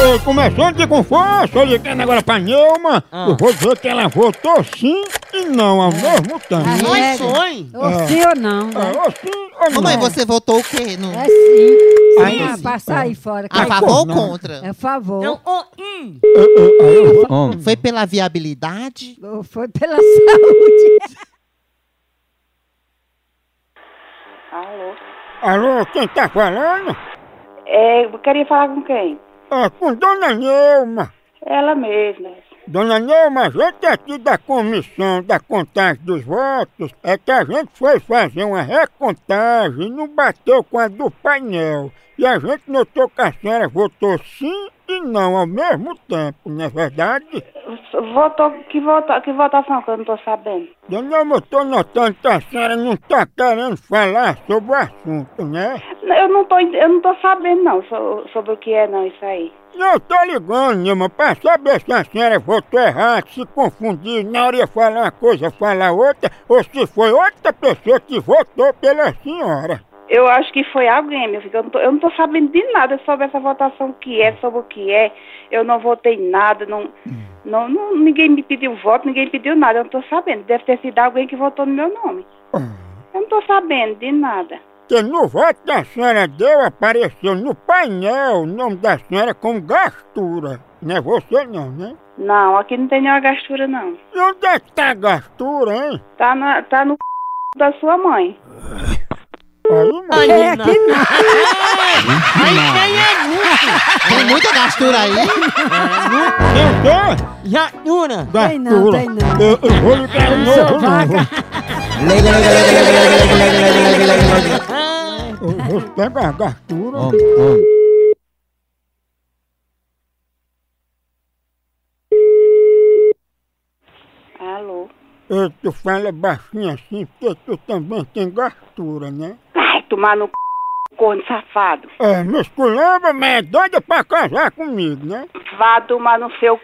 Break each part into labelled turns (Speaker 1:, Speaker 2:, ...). Speaker 1: Ei, começando de com força, ligando agora pra Neuma,
Speaker 2: Ah.
Speaker 1: eu vou dizer que ela votou sim e não ao mesmo tempo.
Speaker 3: Regra.
Speaker 2: Não sonho.
Speaker 3: Ou sim ou não,
Speaker 1: É,
Speaker 3: né?
Speaker 1: ou sim ou não.
Speaker 2: Mamãe, Ah, você votou o quê? No...
Speaker 3: É sim.
Speaker 1: Aí
Speaker 3: Sim,
Speaker 1: sim.
Speaker 3: rapaz, sai fora.
Speaker 2: tá A
Speaker 3: cai
Speaker 2: favor
Speaker 3: fora.
Speaker 2: ou
Speaker 1: não.
Speaker 2: contra?
Speaker 3: É a favor.
Speaker 2: Não, oh, hum. Foi pela viabilidade?
Speaker 3: Ou Foi pela saúde.
Speaker 4: Alô?
Speaker 1: Alô, quem tá falando?
Speaker 4: É, eu queria falar com quem?
Speaker 1: É com Dona Neuma.
Speaker 4: Ela mesma.
Speaker 1: Dona Neuma, a gente é aqui da comissão da contagem dos votos é que a gente foi fazer uma recontagem e não bateu com a do painel. E a gente notou que a senhora votou sim e não ao mesmo tempo, não é verdade?
Speaker 4: Votou, que, voto, que votação que eu não tô sabendo?
Speaker 1: Dona Neuma, eu tô notando que a senhora não tá querendo falar sobre o assunto, né?
Speaker 4: Eu não tô, ent- eu não tô sabendo não so- sobre o que é não isso aí.
Speaker 1: Não, eu tô ligando, Nilma, pra saber se a senhora votou errado, se confundiu, na hora de falar uma coisa, falar outra, ou se foi outra pessoa que votou pela senhora.
Speaker 4: Eu acho que foi alguém, meu filho. Eu não tô, eu não tô sabendo de nada sobre essa votação que é, sobre o que é. Eu não votei nada, não, não, não- ninguém me pediu voto, ninguém pediu nada. Eu não tô sabendo. Deve ter sido alguém que votou no meu nome. Eu não tô sabendo de nada.
Speaker 1: Que no voto que a senhora deu, apareceu no painel o nome da senhora como gastura. Não é você não, né?
Speaker 4: Não, aqui não tem nenhuma gastura não.
Speaker 1: E onde é que tá a gastura, hein?
Speaker 4: Tá, na, tá no c... da sua mãe.
Speaker 1: Aí, moço.
Speaker 3: É aqui não.
Speaker 1: é
Speaker 2: Tem muita gastura aí?
Speaker 1: Quem quer?
Speaker 2: Gastura!
Speaker 3: Tem não, tem não.
Speaker 1: Eu, eu vou ligar o novo número. Eu vou pegar a gastura.
Speaker 4: Alô?
Speaker 1: Ei, tu fala baixinho assim, porque tu também tem gastura, né?
Speaker 4: Ai, tomar no c... corno safado.
Speaker 1: É, musculamba, mas é doida pra casar comigo, né?
Speaker 4: Vá tomar no seu c...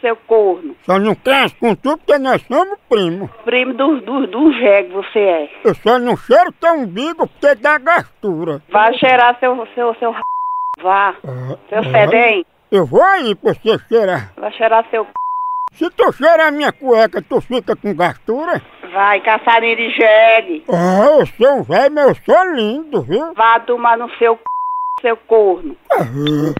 Speaker 4: seu corno.
Speaker 1: Só não caso com tu porque nós somos primo.
Speaker 4: Primo do, do, do jegue você é.
Speaker 1: Eu só não cheiro teu umbigo porque dá gastura.
Speaker 4: Vá cheirar seu, seu, seu r... Vá. Seu fedem.
Speaker 1: Eu vou aí pra você cheirar.
Speaker 4: Vá cheirar seu c...
Speaker 1: Se tu cheirar minha cueca, tu fica com gastura?
Speaker 4: Vai, caçarinho de jegue.
Speaker 1: Ah, eu sou um velho, mas eu sou lindo, viu?
Speaker 4: Vá tomar no seu c... seu corno.
Speaker 3: Tá vendo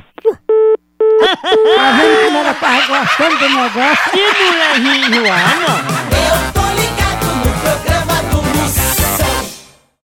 Speaker 3: como era pra gostando do negócio?
Speaker 5: Que mulher enjoada!